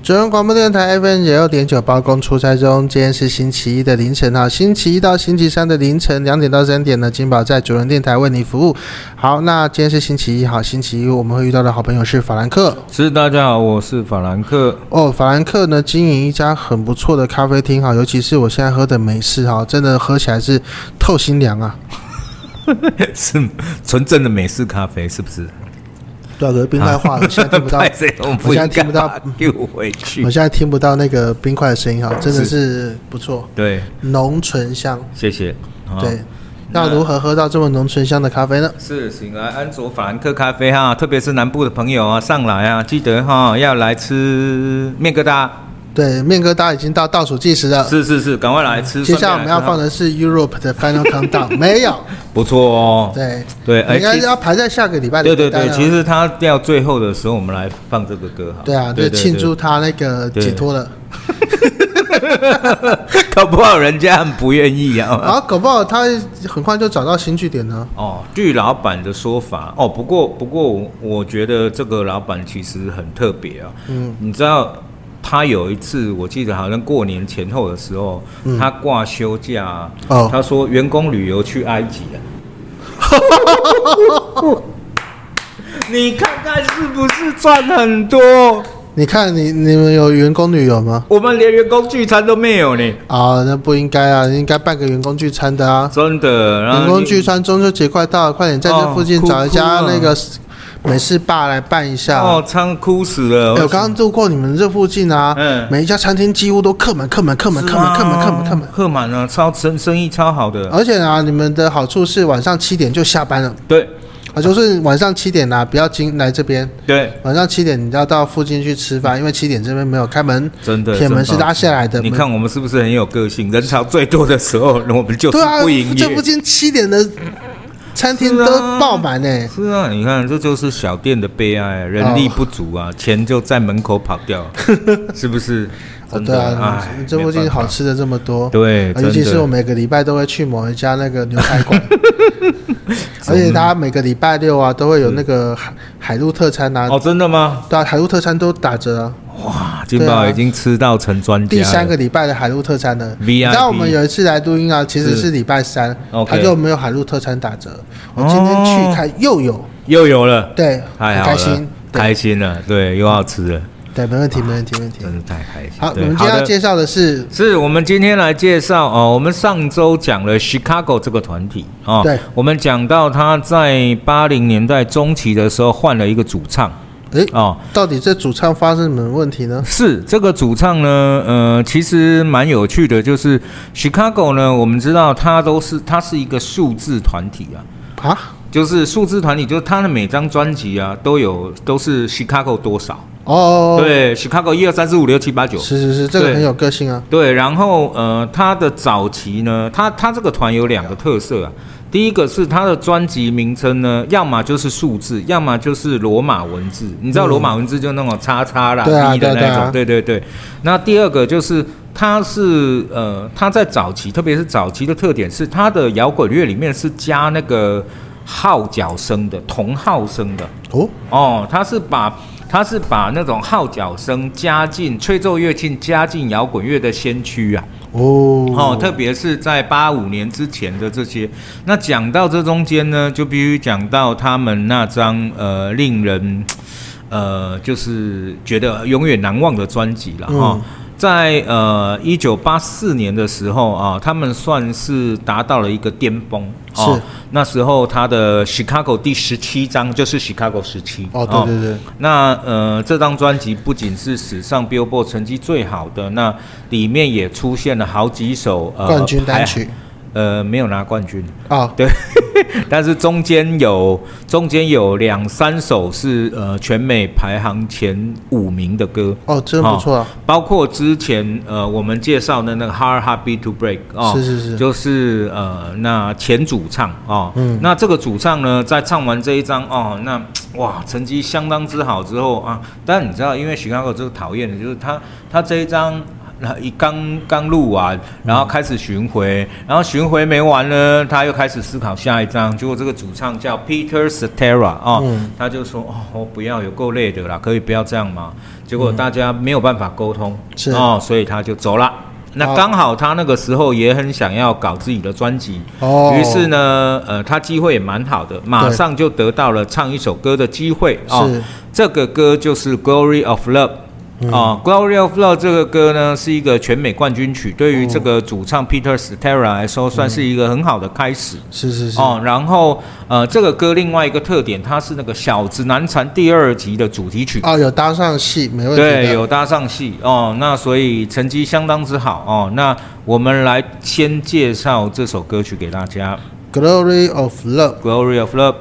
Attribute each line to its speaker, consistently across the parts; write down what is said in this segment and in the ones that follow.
Speaker 1: 中央广播电台 FM 九六点九，包公出差中。今天是星期一的凌晨哈，星期一到星期三的凌晨两点到三点呢，金宝在主人电台为你服务。好，那今天是星期一哈，星期一我们会遇到的好朋友是法兰克
Speaker 2: 是，大家好，我是法 兰克。
Speaker 1: 哦。法兰克呢经营一家很不错的咖啡厅哈，尤其是我现在喝的美式哈，真的喝起来是透心凉啊。
Speaker 2: 是纯正的美式咖啡，是不是？
Speaker 1: 对啊，可是冰块化 了，现在听 不到
Speaker 2: 拍谁？我不
Speaker 1: 我现在
Speaker 2: 应该
Speaker 1: 听不到
Speaker 2: 把它丢回去
Speaker 1: 我。现在听不到那个冰块的声音哈，真的是不错，
Speaker 2: 对，
Speaker 1: 浓醇香。
Speaker 2: 谢谢。啊
Speaker 1: 对，要如何喝到这么浓醇香的咖啡呢？
Speaker 2: 是，请来安卓法兰克咖啡哈，特别是南部的朋友啊，上来啊，记得哈，要来吃面疙瘩。
Speaker 1: 对，面疙瘩已经到倒数计时了，
Speaker 2: 是是是，赶快来吃。
Speaker 1: 接下来我
Speaker 2: 顺
Speaker 1: 们要
Speaker 2: 便来看看
Speaker 1: 放的是 Europe 的 Final Countdown，没 有，
Speaker 2: 不错哦。
Speaker 1: 对，
Speaker 2: 对，哎，
Speaker 1: 应该
Speaker 2: 其
Speaker 1: 是
Speaker 2: 实
Speaker 1: 要排在下个礼拜的
Speaker 2: 对对
Speaker 1: 名单
Speaker 2: 对，
Speaker 1: 啊
Speaker 2: 其实他掉最后的时候，我们来放这个歌哈。
Speaker 1: 对啊，就庆祝他那个解脱了，
Speaker 2: 搞不好人家很不愿意
Speaker 1: 然
Speaker 2: 啊。
Speaker 1: 后搞不好他很快就找到新据点呢。
Speaker 2: 哦，据老板的说法，哦，不过不过我，我觉得这个老板其实很特别啊。
Speaker 1: 嗯，
Speaker 2: 你知道，他有一次，我记得好像过年前后的时候，
Speaker 1: 嗯
Speaker 2: 他挂休假啊，
Speaker 1: 哦
Speaker 2: 他说员工旅游去埃及 啊。你看看是不是赚很多？
Speaker 1: 你看你你们有员工旅游吗？
Speaker 2: 我们连员工聚餐都没有呢，
Speaker 1: 啊，那不应该啊，应该办个员工聚餐的啊。
Speaker 2: 真的。然后
Speaker 1: 员工
Speaker 2: 你
Speaker 1: 聚餐，中秋节快到了，快点在这附近
Speaker 2: 哦哭
Speaker 1: 找一家
Speaker 2: 哭了
Speaker 1: 那个美式吧来办一下。
Speaker 2: 哦，仓哭死了。
Speaker 1: 啊哎我刚刚路过你们这附近啊，
Speaker 2: 嗯
Speaker 1: 每一家餐厅几乎都客满、客满、客满、客满、客满、客满、客满。
Speaker 2: 客满啊，超生生意超好的。
Speaker 1: 而且啊，你们的好处是晚上七点就下班了，
Speaker 2: 对
Speaker 1: 啊，就是晚上七点啦、啊不要经来这边。
Speaker 2: 对，
Speaker 1: 晚上七点你要到附近去吃饭，因为七点这边没有开门，
Speaker 2: 真的。
Speaker 1: 铁门是
Speaker 2: 真棒
Speaker 1: 拉下来的。
Speaker 2: 你看我们是不是很有个性？人潮最多的时候，我们就是
Speaker 1: 对啊
Speaker 2: 不营，
Speaker 1: 这附
Speaker 2: 业。
Speaker 1: 近七点的餐厅
Speaker 2: 是啊
Speaker 1: 都爆满呢、
Speaker 2: 是啊，你看，这就是小店的悲哀，人力不足啊，钱就在门口跑 掉，是不是？
Speaker 1: 哦
Speaker 2: 真
Speaker 1: 对
Speaker 2: 的，
Speaker 1: 啊，
Speaker 2: 哎
Speaker 1: 你这附近好，吃的这么多，
Speaker 2: 没办
Speaker 1: 啊
Speaker 2: 法对，
Speaker 1: 尤其
Speaker 2: 真
Speaker 1: 是我
Speaker 2: 的，
Speaker 1: 每个礼拜都会去某一家那个牛排 馆，而且他每个礼拜陆啊都会有那个海海陆特餐啊，
Speaker 2: 嗯哦，真的吗？
Speaker 1: 对啊，海陆特餐都打折啊。
Speaker 2: 哇，金
Speaker 1: 对
Speaker 2: 宝
Speaker 1: 啊
Speaker 2: 已经吃到成专家
Speaker 1: 第
Speaker 2: 了。
Speaker 1: 三个礼拜的海陆特餐呢，你
Speaker 2: VIP
Speaker 1: 知道我们有一次来录音啊，其实是礼拜三，
Speaker 2: OK
Speaker 1: 他就没有海陆特餐打折，我今天去看又有，
Speaker 2: 又有了，
Speaker 1: 对，
Speaker 2: 太
Speaker 1: 很
Speaker 2: 好
Speaker 1: 开
Speaker 2: 了，
Speaker 1: 心，对
Speaker 2: 开心了，对，又要吃了，
Speaker 1: 对，没问题，没问题，没问题。
Speaker 2: 真是太开心。
Speaker 1: 好，我
Speaker 2: 对
Speaker 1: 们今天要
Speaker 2: 的
Speaker 1: 介绍的是，
Speaker 2: 是我们今天来介绍哦，我们上周讲了 Chicago 这个团体哦，
Speaker 1: 对，
Speaker 2: 我们讲到他在八零年代中期的时候换了一个主唱
Speaker 1: 诶，
Speaker 2: 哦，
Speaker 1: 到底这主唱发生什么问题呢？
Speaker 2: 是这个主唱呢，呃，其实蛮有趣的，就是 Chicago 呢，我们知道它都是它是一个数字团体啊，
Speaker 1: 啊，
Speaker 2: 就是数字团体，就是它的每张专辑啊都有都是 Chicago 多少，
Speaker 1: 哦，
Speaker 2: 对，Chicago 一二三四五六七八九，
Speaker 1: 是是是，这个
Speaker 2: 对
Speaker 1: 很有个性啊。
Speaker 2: 对，然后呃，他的早期呢，他他这个团有两个特色啊。第一个是他的专辑名称呢，要么就是数字，要么就是罗马文字。你知道罗马文字就那种叉叉啦、
Speaker 1: 对啊
Speaker 2: B 的
Speaker 1: 对啊
Speaker 2: 那
Speaker 1: 对
Speaker 2: 种，
Speaker 1: 啊
Speaker 2: 对对对。那第二个就是他是呃，他在早期，特别是早期的特点是他的摇滚乐里面是加那个号角声的，同号声的。
Speaker 1: 哦，
Speaker 2: 哦，他是把他是把那种号角声加进吹奏乐器加进摇滚乐的先驱啊，
Speaker 1: 哦
Speaker 2: 哦，，特别是在八五年之前的这些。那讲到这中间呢，就必须讲到他们那张呃令人呃就是觉得永远难忘的专辑了哈。
Speaker 1: 嗯
Speaker 2: 哦在呃一九八四年的时候啊，他们算是达到了一个巅峰。哦
Speaker 1: 是
Speaker 2: 那时候他的 Chicago 第十七张就是 Chicago 十七
Speaker 1: 哦，对对对，
Speaker 2: 那呃，这张专辑不仅是史上 Billboard 成绩最好的，那里面也出现了好几首呃
Speaker 1: 冠军单
Speaker 2: 还
Speaker 1: 曲
Speaker 2: 呃，没有拿冠军，
Speaker 1: 啊，
Speaker 2: 对， 但是中间有中间有两三首是呃全美排行前五名的歌，
Speaker 1: 哦，真不错啊，
Speaker 2: 包括之前呃我们介绍的那个 Hard Happy to Break 哦，
Speaker 1: 是是是，
Speaker 2: 就是呃，那前主唱哦，
Speaker 1: 嗯
Speaker 2: 那这个主唱呢，在唱完这一张哦，那哇，成绩相当之好之后啊，但你知道，因为 Chicago 这个讨厌的就是他，他这一张那一刚刚录完，然后开始巡回，然后巡回没完呢，他又开始思考下一张。结果这个主唱叫 Peter Cetera 哦，
Speaker 1: 嗯
Speaker 2: 他就说：“哦，我不要，有够累的啦，可以不要这样吗？”结果大家没有办法沟通，
Speaker 1: 是
Speaker 2: 哦，所以他就走了。那
Speaker 1: 好
Speaker 2: 刚好他那个时候也很想要搞自己的专辑，
Speaker 1: 哦，
Speaker 2: 于是呢，呃，他机会也蛮好的，马上就得到了唱一首歌的机会啊、
Speaker 1: 是嗯
Speaker 2: 这个歌就是《Glory of Love》。啊、g l o r y of Love》这个歌呢，是一个全美冠军曲，对于这个主唱 Peter Cetera 来说，算是一个很好的开始。
Speaker 1: 是嗯是是，
Speaker 2: 哦，然后呃，这个歌另外一个特点，它是那个《小子难缠》第二集的主题曲。
Speaker 1: 哦，有搭上戏，没问题的。
Speaker 2: 对，有搭上戏哦，那所以成绩相当之好哦。那我们来先介绍这首歌曲给大家，
Speaker 1: Glory of Love
Speaker 2: 《Glory of Love》。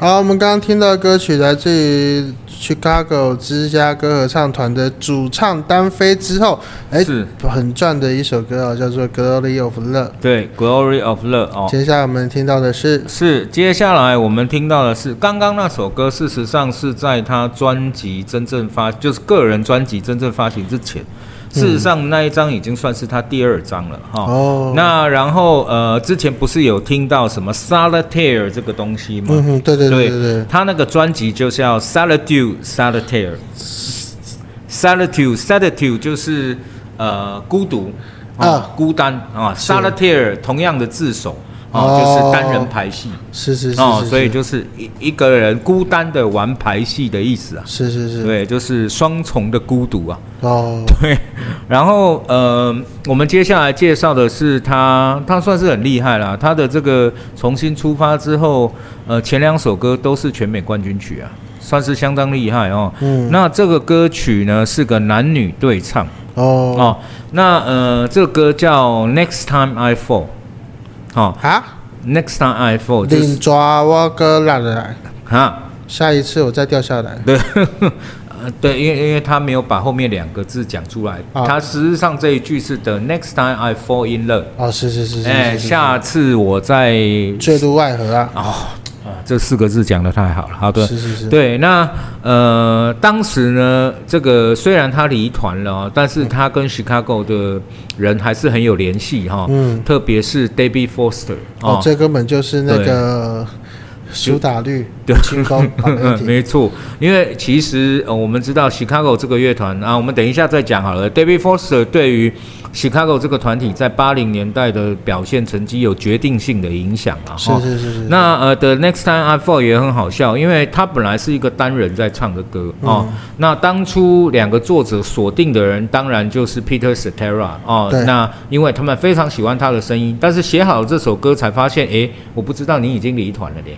Speaker 1: 好，我们刚刚听到的歌曲来自于 Chicago 芝加哥合唱团的主唱单飞之后，哎，
Speaker 2: 是
Speaker 1: 很赚的一首歌哦，叫做 Glory of Love。
Speaker 2: 对，《Glory of Love》哦。
Speaker 1: 接下来我们听到的是
Speaker 2: 是，接下来我们听到的是刚刚那首歌，事实上是在他专辑真正发，就是个人专辑真正发行之前，事实上那一张已经算是他第二张了哈。
Speaker 1: 哦，
Speaker 2: 那然后呃，之前不是有听到什么 solitaire 这个东西吗？
Speaker 1: 嗯哼，对对对
Speaker 2: 哦对
Speaker 1: 对对，
Speaker 2: 他那个专辑就叫 solitude solitaire solitude solitude 就是呃孤独啊、
Speaker 1: 啊
Speaker 2: 孤单啊
Speaker 1: 是
Speaker 2: solitaire 同样的字首啊、
Speaker 1: 哦
Speaker 2: 就是单人排戏。
Speaker 1: 是是是
Speaker 2: 哦，
Speaker 1: 是，
Speaker 2: 所以就是一一个人孤单的玩牌戏的意思啊，
Speaker 1: 是是是
Speaker 2: 对，就是双重的孤独啊。
Speaker 1: 哦，
Speaker 2: 对，然后呃，我们接下来介绍的是他，他算是很厉害啦。他的这个重新出发之后，呃，前两首歌都是全美冠军曲啊，算是相当厉害哦。
Speaker 1: 嗯
Speaker 2: 那这个歌曲呢是个男女对唱
Speaker 1: 哦
Speaker 2: 哦，那呃，这个歌叫《Next Time I Fall》哦，
Speaker 1: 啊，
Speaker 2: 《Next Time I Fall》就
Speaker 1: 领
Speaker 2: 是
Speaker 1: 抓我哥懒得来，
Speaker 2: 啊。
Speaker 1: 下一次我再掉下来。
Speaker 2: 对， 呃，对，因为因为他没有把后面两个字讲出来，
Speaker 1: 啊
Speaker 2: 他实际上这一句是 The next time I fall in love，
Speaker 1: 哦，是是是是，
Speaker 2: 哎，
Speaker 1: 是是
Speaker 2: 下次我再
Speaker 1: 坠入外河啊，
Speaker 2: 哦，啊，这四个字讲的太好了，好的。
Speaker 1: 是是是，
Speaker 2: 对，那呃，当时呢，这个虽然他离团了、哦，但是他跟 Chicago 的人还是很有联系哈、
Speaker 1: 嗯，
Speaker 2: 特别是 Debbie Foster
Speaker 1: 哦，这根本就是那个
Speaker 2: 就
Speaker 1: 苏打绿
Speaker 2: 对
Speaker 1: 清风啊 没问
Speaker 2: 嗯，
Speaker 1: 题
Speaker 2: 没错，因为其实呃，我们知道 Chicago 这个乐团啊，我们等一下再讲好了。David Foster 对于 Chicago 这个团体在八零年代的表现成绩有决定性的影响啊。
Speaker 1: 是
Speaker 2: 哈
Speaker 1: 是是是，
Speaker 2: 那呃，The Next Time I Fall 也很好笑，因为他本来是一个单人在唱的歌
Speaker 1: 嗯
Speaker 2: 哦。那当初两个作者锁定的人，当然就是 Peter Cetera 哦
Speaker 1: 对。
Speaker 2: 那因为他们非常喜欢他的声音，但是写好这首歌才发现，诶，我不知道你已经离团了 嘞。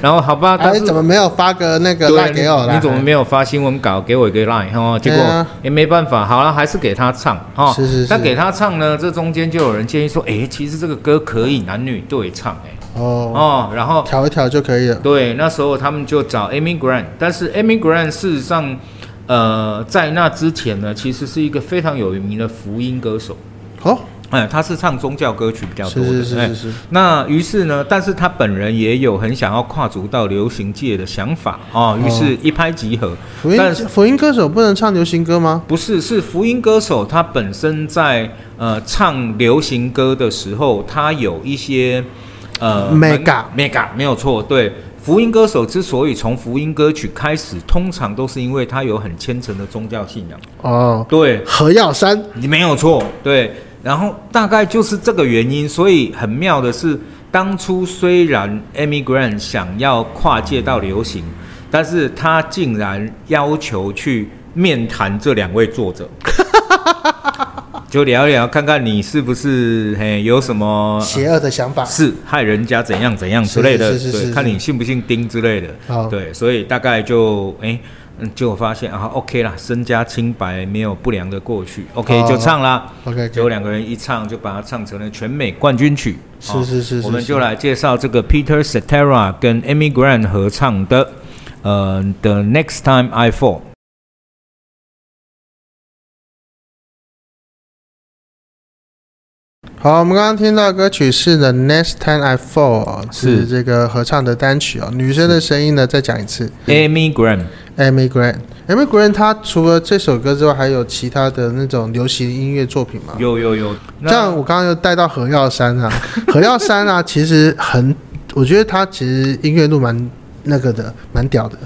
Speaker 2: 然后好吧，
Speaker 1: 哎，
Speaker 2: 但是
Speaker 1: 你怎么没有发个那个
Speaker 2: 对
Speaker 1: 赖给我
Speaker 2: 你
Speaker 1: 啦？
Speaker 2: 你怎么没有发新闻稿给我一个 line 哦？结
Speaker 1: 对
Speaker 2: 果
Speaker 1: 啊
Speaker 2: 也没办法，好了，还是给他唱哦。
Speaker 1: 是是是
Speaker 2: 但给他唱呢，这中间就有人建议说，诶，其实这个歌可以男女对唱、诶。
Speaker 1: 哦，
Speaker 2: 哦，然后
Speaker 1: 调一调就可以了。
Speaker 2: 对，那时候他们就找 Amy Grant，但是 Amy Grant 事实上，呃，在那之前呢，其实是一个非常有名的福音歌手，
Speaker 1: 哦，
Speaker 2: 哎，他是唱宗教歌曲比较多
Speaker 1: 是是
Speaker 2: 的，
Speaker 1: 是
Speaker 2: 哎
Speaker 1: 是是，
Speaker 2: 那于是呢，但是他本人也有很想要跨足到流行界的想法哦，于是一拍即合。
Speaker 1: 福音
Speaker 2: 但是
Speaker 1: 福音歌手不能唱流行歌吗？
Speaker 2: 不是，是福音歌手他本身在呃唱流行歌的时候，他有一些呃
Speaker 1: Mega
Speaker 2: mega 没有错，对。福音歌手之所以从福音歌曲开始，通常都是因为他有很虔诚的宗教信仰。
Speaker 1: 哦，
Speaker 2: 对，
Speaker 1: 何耀珊
Speaker 2: 你没有错，对。然后大概就是这个原因，所以很妙的是，当初虽然 Amy Grant 想要跨界到流行，但是他竟然要求去面谈这两位作者，就聊一聊，看看你是不是嘿有什么
Speaker 1: 邪恶的想法，
Speaker 2: 是害人家怎样怎样
Speaker 1: 是
Speaker 2: 之类的，
Speaker 1: 是是是是
Speaker 2: 对，看你信不信丁之类的
Speaker 1: 好，
Speaker 2: 对，所以大概就哎。嗯结果发现啊，OK 啦，身家清白，没有不良的过去，OK、
Speaker 1: 哦
Speaker 2: 就唱啦。
Speaker 1: OK，
Speaker 2: 结果两个人一唱，就把它唱成了全美冠军曲。
Speaker 1: 是
Speaker 2: 哦
Speaker 1: 是是是
Speaker 2: 我们
Speaker 1: 是
Speaker 2: 就来介绍这个 Peter Cetera 跟 Amy Grant 合唱的，呃，The Next Time I Fall。
Speaker 1: 好，我们刚刚听到的歌曲是《The Next Time I Fall》哦，
Speaker 2: 是
Speaker 1: 是这个合唱的单曲哦。女生的声音呢，再讲一次
Speaker 2: Amy Grant，
Speaker 1: ，Amy Grant。Amy Grant 她除了这首歌之外，还有其他的那种流行音乐作品吗？
Speaker 2: 有有有，那
Speaker 1: 这样我刚刚又带到何耀珊 啊，何耀珊啊，其实很，我觉得他其实音乐路蛮那个的，蛮屌的。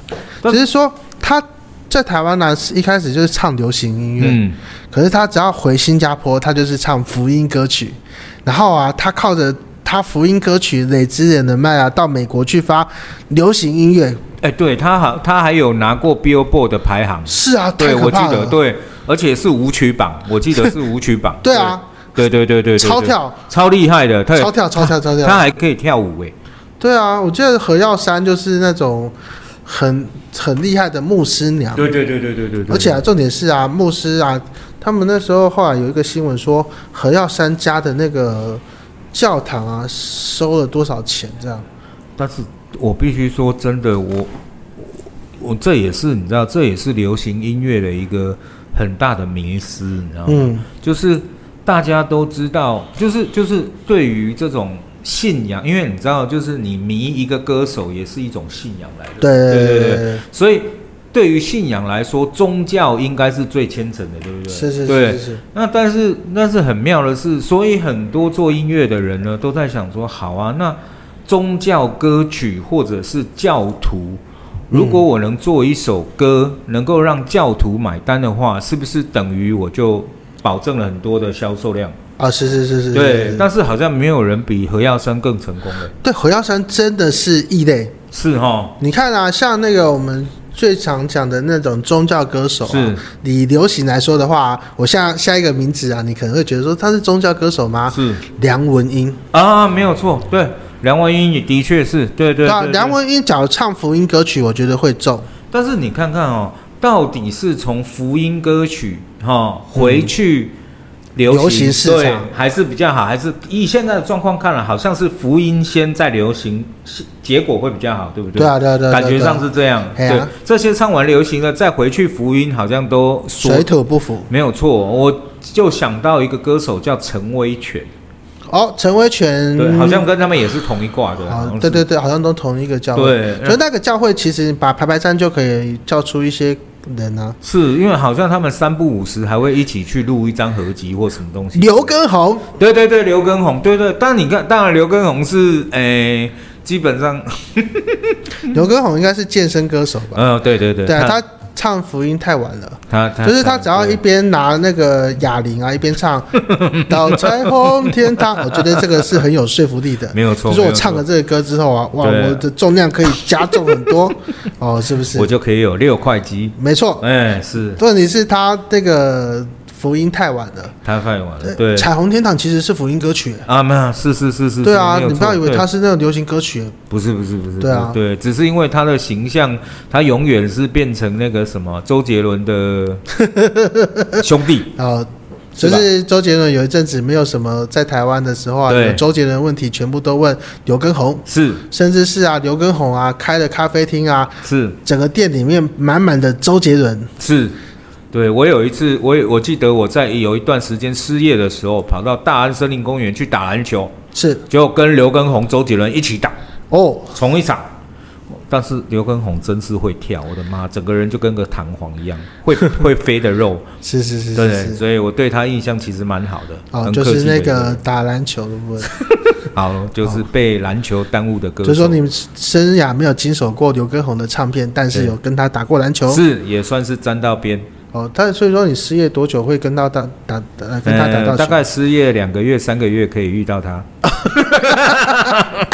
Speaker 2: 但
Speaker 1: 只是说他在台湾呢，是一开始就是唱流行音乐，
Speaker 2: 嗯，
Speaker 1: 可是他只要回新加坡，他就是唱福音歌曲。然后啊，他靠着他福音歌曲累积人的脉啊，到美国去发流行音乐。
Speaker 2: 哎，对他好，他还有拿过 Billboard 的排行，
Speaker 1: 是啊，太
Speaker 2: 对
Speaker 1: 可
Speaker 2: 我记
Speaker 1: 怕
Speaker 2: 得
Speaker 1: 了。，
Speaker 2: 对，而且是舞曲榜，我记得是舞曲榜
Speaker 1: 对啊，
Speaker 2: 对，对对对对，对
Speaker 1: 超，跳，
Speaker 2: 对超厉害的，他
Speaker 1: 超 跳，超跳，超跳。
Speaker 2: 他还可以跳舞哎，
Speaker 1: 对啊，我记得何耀珊就是那种很很厉害的牧师娘，
Speaker 2: 对对对对对对
Speaker 1: 啊
Speaker 2: 对，
Speaker 1: 而且啊，重点是啊，牧师啊，他们那时候后来有一个新闻说何耀珊家的那个教堂啊，收了多少钱这样？
Speaker 2: 但是我必须说真的，我我这也是你知道，这也是流行音乐的一个很大的迷失，你知道吗？
Speaker 1: 嗯，
Speaker 2: 就是大家都知道，就是就是对于这种信仰，因为你知道，就是你迷一个歌手也是一种信仰来的，
Speaker 1: 对
Speaker 2: 对对
Speaker 1: 对
Speaker 2: 对
Speaker 1: 对，
Speaker 2: 所以对于信仰来说，宗教应该是最虔诚的，对不对？
Speaker 1: 是是是
Speaker 2: 对
Speaker 1: 是是，
Speaker 2: 那但是但是很妙的是，所以很多做音乐的人呢，都在想说，好啊，那宗教歌曲或者是教徒，如果我能做一首歌，能够让教徒买单的话，是不是等于我就保证了很多的销售量？
Speaker 1: 啊，是是是是，
Speaker 2: 对
Speaker 1: 是，
Speaker 2: 但是好像没有人比何耀珊更成功了。
Speaker 1: 对何耀珊真的是异类。
Speaker 2: 是哈，
Speaker 1: 你看啊，像那个我们最常讲的那种宗教歌手、啊，
Speaker 2: 是
Speaker 1: 以流行来说的话、啊我下下一个名字啊，你可能会觉得说他是宗教歌手吗？
Speaker 2: 是
Speaker 1: 梁文音，
Speaker 2: 啊，没有错，对，梁文音也的确是对对
Speaker 1: 啊
Speaker 2: 对，，
Speaker 1: 梁
Speaker 2: 对
Speaker 1: 文音假如唱福音歌曲，我觉得会中。
Speaker 2: 但是你看看哦，到底是从福音歌曲哈、哦、回去流行,、
Speaker 1: 嗯流行市
Speaker 2: 对
Speaker 1: 场
Speaker 2: 还是比较好，还是以现在的状况看了，好像是福音先在流行，是结果会比较好，对不对？
Speaker 1: 对啊，对啊，对啊，
Speaker 2: 感觉
Speaker 1: 对啊
Speaker 2: 上是这样。
Speaker 1: 嘿啊
Speaker 2: 这些唱完流行的再回去福音，好像都说
Speaker 1: 水土不服。
Speaker 2: 没有错。我就想到一个歌手叫陈威权，
Speaker 1: 哦，陈威全，
Speaker 2: 对，好像跟他们也是同一挂的。好
Speaker 1: 好，
Speaker 2: 像
Speaker 1: 嗯哦对
Speaker 2: 是
Speaker 1: 对对，好像都同一个教会。
Speaker 2: 对，
Speaker 1: 所以那个教会其实把排排站就可以叫出一些人啊，
Speaker 2: 是因为好像他们三不五时还会一起去录一张合集或什么东西。
Speaker 1: 刘根红，
Speaker 2: 对对对，刘畊宏，对对，但你看，当然刘畊宏是诶、基 本上，
Speaker 1: 刘根红应该是健身歌手吧？
Speaker 2: 呃，对对对，
Speaker 1: 对啊，他唱福音太晚了。
Speaker 2: 他他
Speaker 1: 就是他只要一边拿那个哑铃啊，一边 唱到彩虹天堂，我觉得这个是很有说服力的。
Speaker 2: 没有错，
Speaker 1: 就是
Speaker 2: 没
Speaker 1: 我
Speaker 2: 有
Speaker 1: 唱了
Speaker 2: 错，
Speaker 1: 这个歌之后啊，哇，
Speaker 2: 对
Speaker 1: 我的重量可以加重很 多哦，是不是
Speaker 2: 我？就可以有六块肌，
Speaker 1: 没错，
Speaker 2: 哎、是
Speaker 1: 问题是他那个福音太晚了。
Speaker 2: 他太晚了，对
Speaker 1: 彩虹天堂其实是福音歌曲。
Speaker 2: 啊，没有，是是是是，
Speaker 1: 呃对
Speaker 2: 是
Speaker 1: 啊，
Speaker 2: 没有
Speaker 1: 你不要
Speaker 2: 错
Speaker 1: 以为
Speaker 2: 对
Speaker 1: 它是那种流行歌曲，
Speaker 2: 不是不是不是，
Speaker 1: 对啊
Speaker 2: 不是对，只是因为他的形象，他永远是变成那个什么周杰伦的兄弟，
Speaker 1: 呃，
Speaker 2: 是
Speaker 1: 就
Speaker 2: 吧
Speaker 1: 是周杰伦有一阵子没有什么在台湾的时候啊，
Speaker 2: 对
Speaker 1: 有周杰伦问题全部都问刘畊宏，
Speaker 2: 是
Speaker 1: 甚至是啊刘畊宏啊开了咖啡厅啊，
Speaker 2: 是
Speaker 1: 整个店里面满满的周杰伦，
Speaker 2: 是，对我有一次，我有我记得我在有一段时间失业的时候，跑到大安森林公园去打篮球，
Speaker 1: 是
Speaker 2: 就跟刘畊宏、周杰伦一起打，
Speaker 1: 哦，
Speaker 2: 同一场。但是刘畊宏真是会跳，我的妈，整个人就跟个弹簧一样， 会会飞的肉，
Speaker 1: 是是是
Speaker 2: 对
Speaker 1: 是是，
Speaker 2: 所以我对他印象其实蛮好的。
Speaker 1: 哦，
Speaker 2: 很
Speaker 1: 就
Speaker 2: 客
Speaker 1: 是
Speaker 2: 气的
Speaker 1: 那
Speaker 2: 一人
Speaker 1: 个打篮球的部分，
Speaker 2: 好，就是被篮球耽误的歌手，
Speaker 1: 就是说你们生涯没有经手过刘畊宏的唱片，但是
Speaker 2: 对
Speaker 1: 有跟他打过篮球，
Speaker 2: 是也算是沾到边，
Speaker 1: 哦，但所以说你失业多久会跟到打打打跟他打
Speaker 2: 呃
Speaker 1: 到
Speaker 2: 大
Speaker 1: 球？
Speaker 2: 概失业两个月、三个月可以遇到他。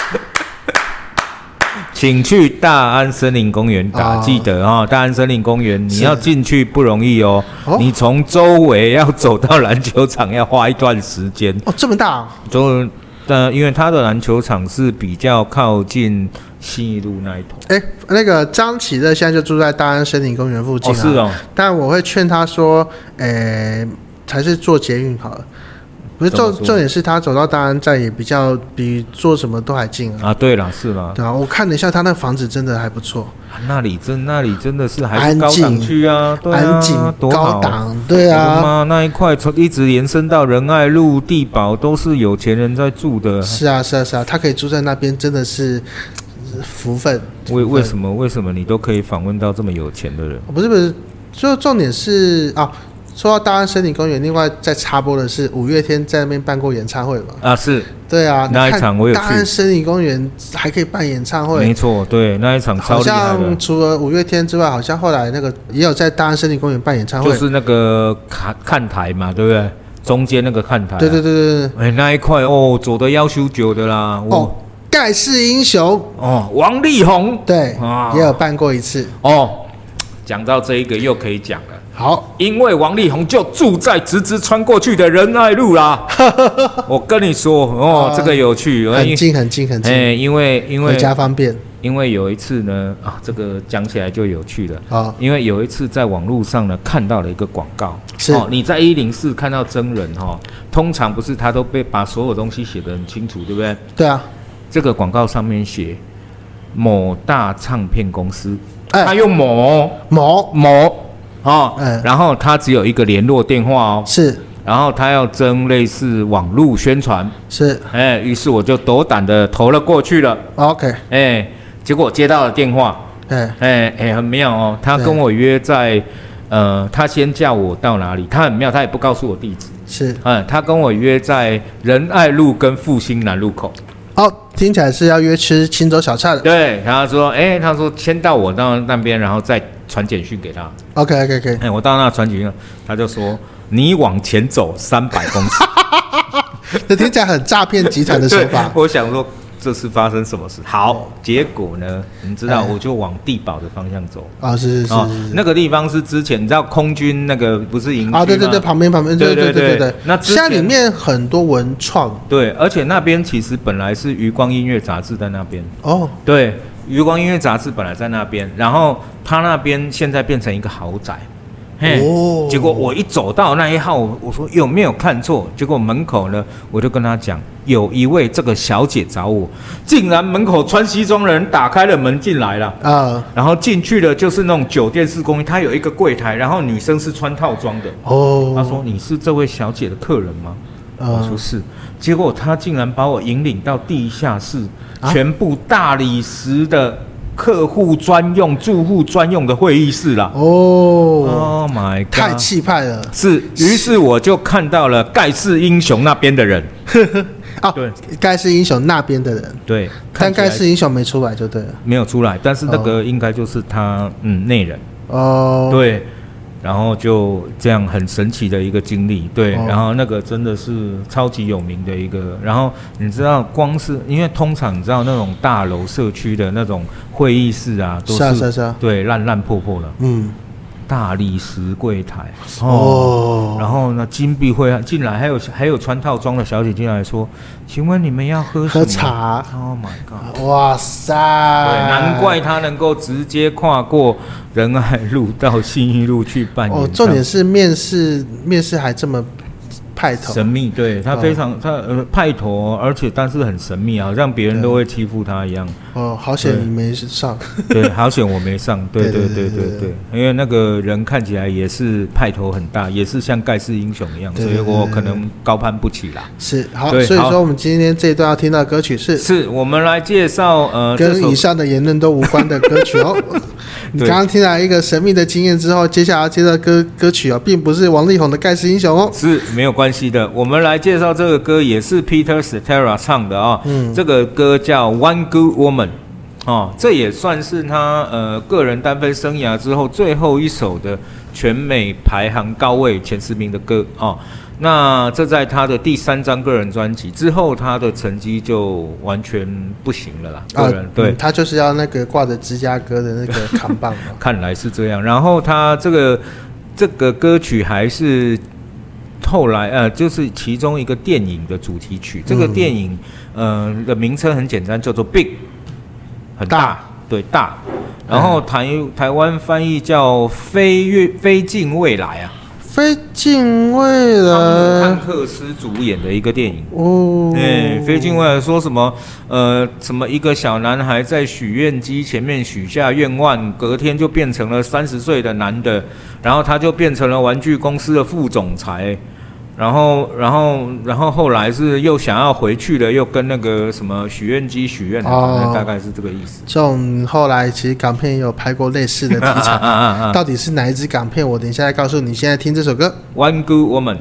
Speaker 2: 请去大安森林公园打，
Speaker 1: 哦
Speaker 2: 记得哦，大安森林公园你
Speaker 1: 是
Speaker 2: 要进去不容易哦，
Speaker 1: 哦
Speaker 2: 你从周围要走到篮球场要花一段时间。
Speaker 1: 哦，这么大啊、
Speaker 2: 周呃，因为他的篮球场是比较靠近信义路那一头。
Speaker 1: 哎，那个张启乐现在就住在大安森林公园附近
Speaker 2: 哦，
Speaker 1: 啊。
Speaker 2: 是哦，
Speaker 1: 呃但我会劝他说，哎，还是坐捷运好了。不是
Speaker 2: 怎么
Speaker 1: 重
Speaker 2: 说
Speaker 1: 重点是他走到大安站也比较比做什么都还近啊。
Speaker 2: 啊，对了，是啦，
Speaker 1: 对啊，我看了一下他那房子真的还不错，
Speaker 2: 啊那里真那里真的是还
Speaker 1: 安
Speaker 2: 是高档
Speaker 1: 静
Speaker 2: 区啊，对啊
Speaker 1: 安静、
Speaker 2: 多
Speaker 1: 高
Speaker 2: 好
Speaker 1: 档，对
Speaker 2: 我的
Speaker 1: 啊，
Speaker 2: 妈，那一块从一直延伸到仁爱路、地堡，都是有钱人在住的。
Speaker 1: 是啊是啊是啊，他可以住在那边真的是呃福分。
Speaker 2: 为为什么为什么你都可以访问到这么有钱的人？
Speaker 1: 不是不是，就重点是啊，说到大安森林公园，另外再插播的是五月天在那边办过演唱会嘛？
Speaker 2: 啊，是
Speaker 1: 对啊，
Speaker 2: 那一
Speaker 1: 你看
Speaker 2: 场我有去
Speaker 1: 大安森林公园还可以办演唱
Speaker 2: 没
Speaker 1: 会。
Speaker 2: 错，对，那一场超
Speaker 1: 好
Speaker 2: 厉害的
Speaker 1: 像，除了五月天之外，好像后来那个也有在大安森林公园办演唱会。
Speaker 2: 就是那个看看台嘛，对不对？中间那个看台、
Speaker 1: 对对对对对，
Speaker 2: 对，哎，那一块哦，走的要求久的啦。
Speaker 1: 哦
Speaker 2: 我，
Speaker 1: 盖世英雄，
Speaker 2: 哦，王力宏
Speaker 1: 对
Speaker 2: 啊，
Speaker 1: 也有办过一次。
Speaker 2: 哦，讲到这一个又可以讲了。
Speaker 1: 好，
Speaker 2: 因为王力宏就住在直直穿过去的仁爱 路啦。我跟你说哦，
Speaker 1: 啊
Speaker 2: 这个有趣，哎
Speaker 1: 很近很近很近，
Speaker 2: 哎，因为因
Speaker 1: 回
Speaker 2: 为
Speaker 1: 家方便
Speaker 2: 因为有一次呢啊，这个讲起来就有趣了。
Speaker 1: 啊。
Speaker 2: 因为有一次在网络上呢看到了一个广告，
Speaker 1: 是
Speaker 2: 哦，你在一零四看到真人哦，通常不是他都被把所有东西写得很清楚，对不对？
Speaker 1: 对啊，
Speaker 2: 这个广告上面写某大唱片公司，他
Speaker 1: 哎，
Speaker 2: 用某哦
Speaker 1: 某
Speaker 2: 某哦，
Speaker 1: 嗯
Speaker 2: 然后他只有一个联络电话哦，
Speaker 1: 是
Speaker 2: 然后他要争类似网络宣传，
Speaker 1: 是
Speaker 2: 哎，于是我就斗胆的投了过去了，
Speaker 1: OK，
Speaker 2: 哎，结果接到了电话，
Speaker 1: 哎
Speaker 2: 哎哎，很妙哦，他跟我约在，呃，他先叫我到哪里，他很妙，他也不告诉我地址，
Speaker 1: 是。
Speaker 2: 嗯，他跟我约在仁爱路跟复兴南路口，
Speaker 1: 哦，听起来是要约吃青州小菜的。
Speaker 2: 对，他说，哎，他说先到我到那边，然后再传简讯给他，
Speaker 1: OK OK OK，
Speaker 2: 哎，我到那传简讯，他就说你往前走三百公尺。。
Speaker 1: 这听起来很诈骗集团的手法
Speaker 2: 我想说这是发生什么事？好，结果呢？你知道，
Speaker 1: 哎
Speaker 2: 我就往地堡的方向走。
Speaker 1: 啊、是是是
Speaker 2: 哦
Speaker 1: 是，
Speaker 2: 那个地方是之前你知道空军那个不是营区
Speaker 1: 啊，对对
Speaker 2: 吗
Speaker 1: 对，旁边旁边，对对
Speaker 2: 对对
Speaker 1: 对。
Speaker 2: 那之
Speaker 1: 现
Speaker 2: 前
Speaker 1: 在里面很多文创
Speaker 2: 对，而且那边其实本来是余光音乐杂志在那边，
Speaker 1: 哦，
Speaker 2: 对，余光音乐杂志本来在那边，然后他那边现在变成一个豪宅。嘿
Speaker 1: 哦
Speaker 2: 结果我一走到那一号，我说有没有看错？结果门口呢，我就跟他讲，有一位这个小姐找我，竟然门口穿西装的人打开了门进来了。
Speaker 1: 啊、
Speaker 2: 然后进去的就是那种酒店式公寓，它有一个柜台，然后女生是穿套装的。
Speaker 1: 哦，
Speaker 2: 他说：“你是这位小姐的客人吗？”我说
Speaker 1: 呃，
Speaker 2: 是，结果他竟然把我引领到地下室，
Speaker 1: 啊
Speaker 2: 全部大理石的客户专用、住户专用的会议室啦。
Speaker 1: 哦，
Speaker 2: Oh my god！
Speaker 1: 太气派了
Speaker 2: 是，于是我就看到了盖世英雄那边的人，
Speaker 1: 啊！
Speaker 2: 对
Speaker 1: 盖世英雄那边的人，
Speaker 2: 对，
Speaker 1: 但
Speaker 2: 看起来
Speaker 1: 盖世英哦雄没出来就对了。
Speaker 2: 没有出来，但是那个应该就是他，嗯，内人，
Speaker 1: 哦，
Speaker 2: 对。然后就这样很神奇的一个经历，对，
Speaker 1: 哦
Speaker 2: 然后那个真的是超级有名的一个。然后你知道，光是因为通常你知道那种大楼社区的那种会议室啊，都
Speaker 1: 是啊是啊是啊，
Speaker 2: 对烂烂破破的
Speaker 1: 嗯，
Speaker 2: 大理石柜台
Speaker 1: 哦，
Speaker 2: 然后呢，金碧辉啊进来，还有还有穿套装的小姐进来说：“请问你们要喝什
Speaker 1: 喝
Speaker 2: 么
Speaker 1: 茶啊
Speaker 2: ？”Oh my god！
Speaker 1: 哦哇塞，哦
Speaker 2: 对，难怪他能够直接跨过仁爱路到信义路去办演唱
Speaker 1: 哦
Speaker 2: 会。，
Speaker 1: 重点是面试，面试还这么派头，
Speaker 2: 神秘，对他非常他呃派头，而且但是很神秘啊，让别人都会欺负他 一样。
Speaker 1: 哦，好险你没上，
Speaker 2: 对，好险我没上。对
Speaker 1: 对
Speaker 2: 对
Speaker 1: 对
Speaker 2: 对
Speaker 1: 对
Speaker 2: 对对，因为那个人看起来也是派头很大，也是像盖世英雄一样，
Speaker 1: 对
Speaker 2: 所
Speaker 1: 对
Speaker 2: 以我
Speaker 1: 对
Speaker 2: 可能高攀不起啦。
Speaker 1: 是好，
Speaker 2: 对
Speaker 1: 所以
Speaker 2: 好
Speaker 1: 说我们今天这一段要听到的歌曲是
Speaker 2: 是我们来介绍呃这
Speaker 1: 跟
Speaker 2: 首
Speaker 1: 以上的言论都无关的歌曲哦。 你
Speaker 2: 对
Speaker 1: 刚刚听到一个神秘的经验之后，接下来要接到歌歌曲哦，并不是王力宏的《盖世英雄》哦。
Speaker 2: 是没有关系的。我们来介绍这个歌，也是 Peter Cetera 唱的啊、
Speaker 1: 嗯
Speaker 2: 这个歌叫《One Good Woman》哦，这也算是他呃个人单飞生涯之后最后一首的全美排行高位前十名的歌哦。那这在他的第三张个人专辑之后，他的成绩就完全不行了啦。个人、对。
Speaker 1: 嗯，他就是要那个挂着芝加哥的那个扛棒哦
Speaker 2: 看来是这样。然后他这个这个歌曲还是后来呃，就是其中一个电影的主题曲。这个电影呃的名称很简单，叫做《Big》，很大，
Speaker 1: 大
Speaker 2: 对大。然后台台湾翻译叫“飞跃飞进未来”啊，
Speaker 1: 非敬畏
Speaker 2: 汤姆汉
Speaker 1: 人
Speaker 2: 克斯主演的一个电影。
Speaker 1: 哦，
Speaker 2: 对，飞进未来说什么？呃，什么一个小男孩在许愿机前面许下愿望，隔天就变成了三十岁的男的，然后他就变成了玩具公司的副总裁，然后，然后，然后后来是又想要回去了，又跟那个什么许愿机许愿了，
Speaker 1: 哦
Speaker 2: 反正大概是这个意 思。
Speaker 1: 这种后来其实港片也有拍过类似的题
Speaker 2: 啊
Speaker 1: 材，
Speaker 2: 啊啊啊
Speaker 1: 到底是哪一支港片？我等一下再告诉你。现在听这首歌。
Speaker 2: ！One Good Woman。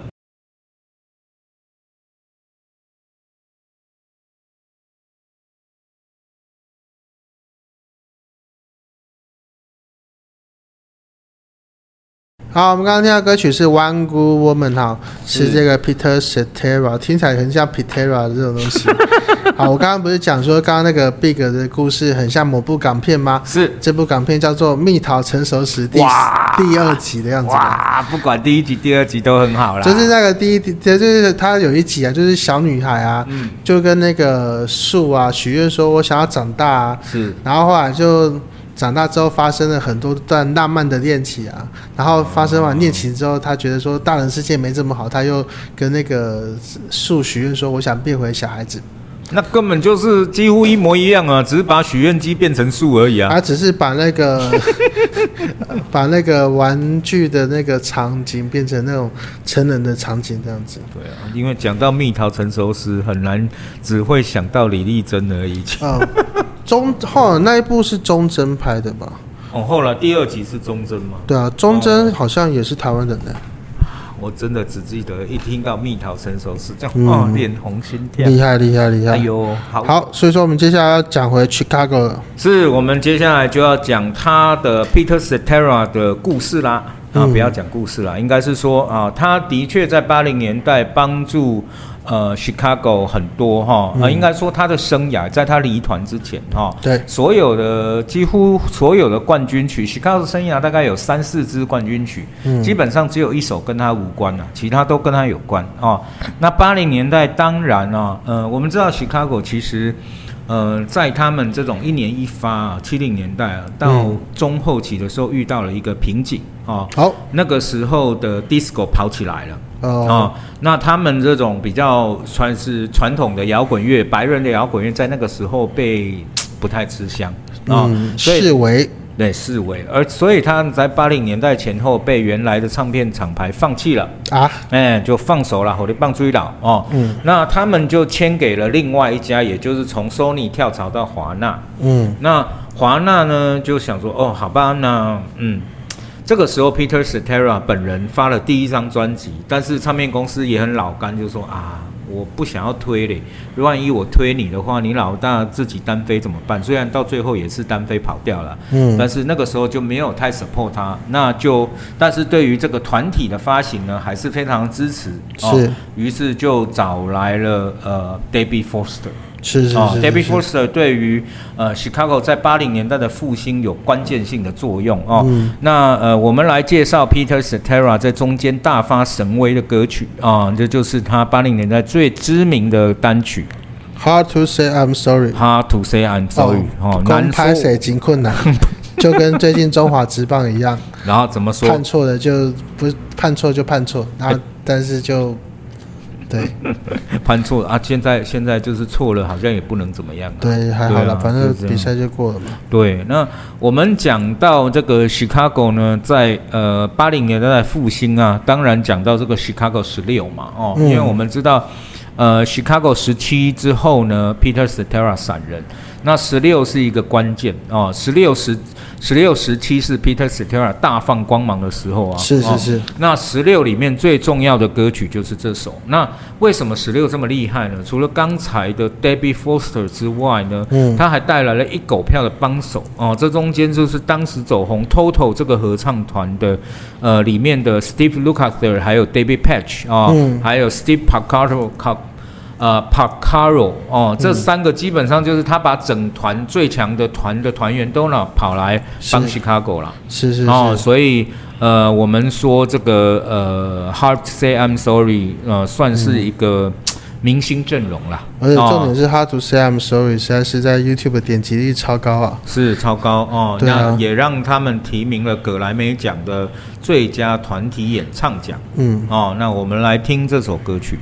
Speaker 1: 好，我们刚刚听到歌曲是《One Good Woman》哈，是
Speaker 2: 是
Speaker 1: 这个 Peter Cetera，听起来很像 Petera 这种东西。 好，我刚刚不是讲说刚刚那个 Big 的故事很像某部港片吗？
Speaker 2: 是
Speaker 1: 这部港片叫做《蜜桃成熟时》第
Speaker 2: 哇
Speaker 1: 第二集的样子吧。啊
Speaker 2: 哇，不管第一集、第二集都很好啦。
Speaker 1: 就是那个第一，就是他有一集啊，就是小女孩啊，
Speaker 2: 嗯
Speaker 1: 就跟那个树啊许愿说，我想要长大啊，
Speaker 2: 是
Speaker 1: 然后后来就长大之后发生了很多段浪漫的恋情啊，然后发生完恋情之后，他觉得说大人世界没这么好，他又跟那个树许愿说，我想变回小孩子，
Speaker 2: 那根本就是几乎一模一样啊，只是把许愿机变成树而已啊。
Speaker 1: 他只是把那 个把那个玩具的那个场景变成那种成人的场景这样子。
Speaker 2: 对啊，因为讲到蜜桃成熟时，很难只会想到李丽珍而已。
Speaker 1: 嗯，中 后来那一部是忠贞拍的吧？
Speaker 2: 哦，后来第二集是忠贞吗？
Speaker 1: 对啊，忠贞好像也是台湾人
Speaker 2: 哦
Speaker 1: 的，
Speaker 2: 我真的只记得一听到蜜桃成熟时，这样、
Speaker 1: 嗯
Speaker 2: 哦，脸红心跳。
Speaker 1: 厉害厉害厉害！
Speaker 2: 哎呦，好，
Speaker 1: 好，所以说我们接下来要讲回 Chicago 了。
Speaker 2: 是我们接下来就要讲他的 Peter Cetera 的故事啦。啊，
Speaker 1: 嗯
Speaker 2: 不要讲故事啦，应该是说啊，他的确在八零年代帮助呃 Chicago 很多哈，
Speaker 1: 嗯
Speaker 2: 啊，应该说他的生涯在他离团之前哈，
Speaker 1: 对，
Speaker 2: 所有的几乎所有的冠军曲，Chicago 生涯大概有三四支冠军曲，
Speaker 1: 嗯
Speaker 2: 基本上只有一首跟他无关啊，其他都跟他有关哦。那八零年代当然啊，呃，我们知道 Chicago 其实，呃，在他们这种一年一发啊，七零年代啊，到
Speaker 1: 嗯
Speaker 2: 中后期的时候遇到了一个瓶颈哦，
Speaker 1: 好，
Speaker 2: 那个时候的 disco 跑起来了。
Speaker 1: 呃
Speaker 2: 哦，，那他们这种比较算是传统的摇滚乐，白人的摇滚乐，在那个时候被不太吃香啊、
Speaker 1: 嗯，
Speaker 2: 所以
Speaker 1: 视为
Speaker 2: 对视为，而所以他们在八零年代前后被原来的唱片厂牌放弃了，
Speaker 1: 啊，
Speaker 2: 哎，就放手了，火力棒追了哦。
Speaker 1: 嗯
Speaker 2: 那他们就签给了另外一家，也就是从 Sony 跳槽到华纳，
Speaker 1: 嗯
Speaker 2: 那华纳呢就想说，哦，好吧，那嗯，这个时候 Peter Cetera 本人发了第一张专辑，但是唱片公司也很老干，就说啊，我不想要推嘞，万一我推你的话，你老大自己单飞怎么办？虽然到最后也是单飞跑掉了。但
Speaker 1: 嗯，
Speaker 2: 是那个时候就没有太 support 他，那就但是对于这个团体的发行呢，还是非常支持。哦
Speaker 1: 是，
Speaker 2: 于是就找来了呃 Debbie Foster。
Speaker 1: 是是是
Speaker 2: 哦
Speaker 1: 是
Speaker 2: ，David
Speaker 1: 是，
Speaker 2: Foster 对于呃 Chicago 在八零年代的复兴有关键性的作用哦。
Speaker 1: 嗯
Speaker 2: 那呃，我们来介绍 Peter Cetera 在中间大发神威的歌曲啊、这就是他八零年代最知名的单曲
Speaker 1: Hard to say I'm sorry，
Speaker 2: 《Hard to Say I'm Sorry》哦，
Speaker 1: 公
Speaker 2: 难
Speaker 1: 拍谁
Speaker 2: 说。
Speaker 1: 真困难，就跟最近中华职棒一样，
Speaker 2: 然后怎么 说哎
Speaker 1: 判？错了就不判错就判错，然后但是就对。
Speaker 2: 判错了啊！现在现在就是错了，好像也不能怎么样、啊。
Speaker 1: 对，还好
Speaker 2: 对
Speaker 1: 了，
Speaker 2: 啊
Speaker 1: 反
Speaker 2: 就
Speaker 1: 正
Speaker 2: 是这样
Speaker 1: 比赛就过了嘛。
Speaker 2: 对，那我们讲到这个 Chicago 呢，在呃八零年代的复兴啊，当然讲到这个 Chicago 十六嘛，哦，
Speaker 1: 嗯
Speaker 2: 因为我们知道，呃，Chicago 十七之后呢，Peter Cetera 闪人，那十六是一个关键哦，十六十十六十七是 Peter Cetera 大放光芒的时候啊，
Speaker 1: 是
Speaker 2: 哦
Speaker 1: 是是，
Speaker 2: 那十六里面最重要的歌曲就是这首。那为什么十六这么厉害呢？除了刚才的 Debbie Foster 之外呢，
Speaker 1: 嗯
Speaker 2: 他还带来了一狗票的帮手哦。这中间就是当时走红 Toto 这个合唱团的，呃，里面的 Steve Lukather 还有 David Patch 啊、哦
Speaker 1: 嗯
Speaker 2: 还有 Steve Pacaro 呃 Pacaro
Speaker 1: 嗯
Speaker 2: 哦，这三个基本上就是他把整团最强的团的团员都呢跑来帮
Speaker 1: 是
Speaker 2: Chicago 了。
Speaker 1: 是是
Speaker 2: 哦，
Speaker 1: 是，
Speaker 2: 所以呃，我们说这个呃，Hard to Say I'm Sorry，呃，算是一个。明星阵容啦。
Speaker 1: 嗯而且重
Speaker 2: 哦
Speaker 1: 点是《How to Say I'm Sorry》实在是在 YouTube 点击率超高啊！
Speaker 2: 是超高哦，
Speaker 1: 对啊
Speaker 2: 那也让他们提名了葛莱美奖的最佳团体演唱奖
Speaker 1: 嗯，
Speaker 2: 哦。那我们来听这首歌曲。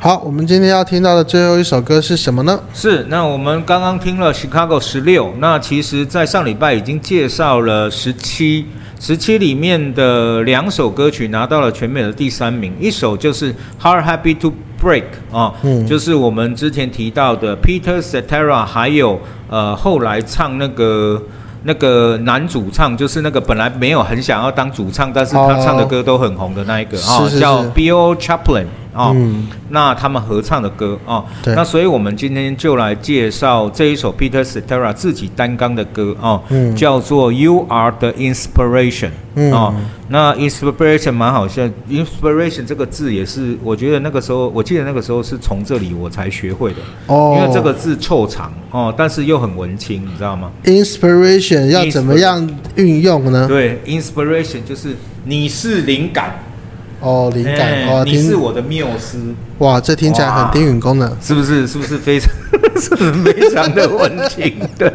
Speaker 1: 好，我们今天要听到的最后一首歌是什么呢？
Speaker 2: 是，那我们刚刚听了 Chicago 十六，那其实在上礼拜已经介绍了十七，十七里面的两首歌曲拿到了全美的第三名，一首就是 Hard Happy to Break 啊、
Speaker 1: 嗯
Speaker 2: 就是我们之前提到的 Peter Cetera，还有呃后来唱那个。那个男主唱就是那个本来没有很想要当主唱，但是他唱的歌都很红的那一个啊、
Speaker 1: 哦是是
Speaker 2: 叫
Speaker 1: 是
Speaker 2: Bill Chaplin 啊、
Speaker 1: 嗯，
Speaker 2: 那他们合唱的歌啊、哦
Speaker 1: 对
Speaker 2: 那所以我们今天就来介绍这一首 Peter Cetera 自己单纲的歌哦，
Speaker 1: 嗯
Speaker 2: 叫做《You Are the Inspiration、
Speaker 1: 嗯
Speaker 2: 哦，那 Inspiration 蛮好笑，Inspiration 这个字也是，我觉得那个时候，我记得那个时候是从这里我才学会的，
Speaker 1: 哦，
Speaker 2: 因为这个字凑长哦，但是又很文青，你知道吗？
Speaker 1: inspiration 要怎么样运用呢？
Speaker 2: 对，Inspiration 就是你是灵感，
Speaker 1: 哦，灵感
Speaker 2: 哎
Speaker 1: 哦，
Speaker 2: 你是
Speaker 1: 听
Speaker 2: 我的缪斯。
Speaker 1: 哇，这听起来很丁允功能。
Speaker 2: 是不是？是不是非常 是不是非常的温情？ 对，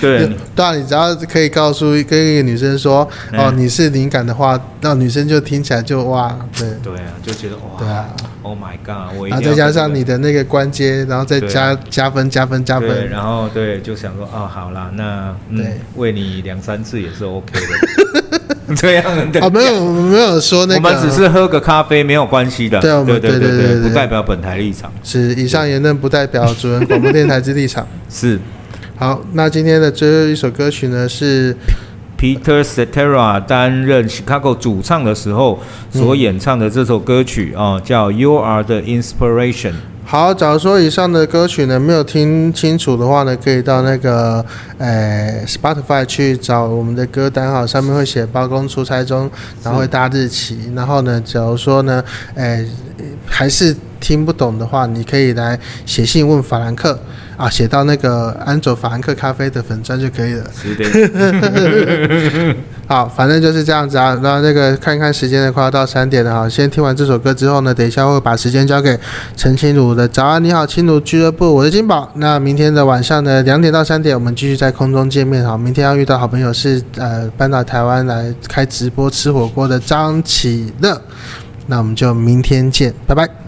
Speaker 2: 对，
Speaker 1: 对啊，你只要可以告诉跟一个女生说，哦，
Speaker 2: 嗯
Speaker 1: 你是灵感的话，那女生就听起来就哇，对
Speaker 2: 对啊，就觉得哇，
Speaker 1: 对啊，
Speaker 2: o h my God，我一定
Speaker 1: 然
Speaker 2: 要
Speaker 1: 后再加上
Speaker 2: 这个
Speaker 1: 你的那个关节，然后再
Speaker 2: 对
Speaker 1: 加加分加分加
Speaker 2: 对，
Speaker 1: 分，
Speaker 2: 然后对，就想说哦，好啦，那
Speaker 1: 对
Speaker 2: 嗯，为你两三次也是 OK 的，这样的。
Speaker 1: 哦，没有我们没有说那
Speaker 2: 我
Speaker 1: 个，
Speaker 2: 们只是喝个咖啡没有关系的，
Speaker 1: 对我们
Speaker 2: 对
Speaker 1: 对对对
Speaker 2: 对
Speaker 1: 对
Speaker 2: 不代表本台立场。
Speaker 1: 是以上言论不代表主人广播电台之立场。
Speaker 2: 是
Speaker 1: 好，那今天的最后一首歌曲呢是
Speaker 2: Peter Cetera 担任 Chicago 主唱的时候
Speaker 1: 嗯
Speaker 2: 所演唱的这首歌曲啊，哦叫《You Are the Inspiration》。
Speaker 1: 好，假如说以上的歌曲呢没有听清楚的话呢，可以到那个呃 Spotify 去找我们的歌单哈，上面会写包公出差中，然后会搭日期。然后呢，假如说呢，呃还是听不懂的话，你可以来写信问法兰克啊，写到那个安卓法兰克咖啡的粉砖就可以了。
Speaker 2: 是的。
Speaker 1: 好，反正就是这样子啊。那那个看看时间的，快要到三点了哈。先听完这首歌之后呢，等一下会把时间交给陈清如的《早安你好，清如俱乐部》，我是金宝。那明天的晚上呢，两点到三点，我们继续在空中见面哈。明天要遇到好朋友是呃搬到台湾来开直播吃火锅的张启乐，那我们就明天见，拜拜。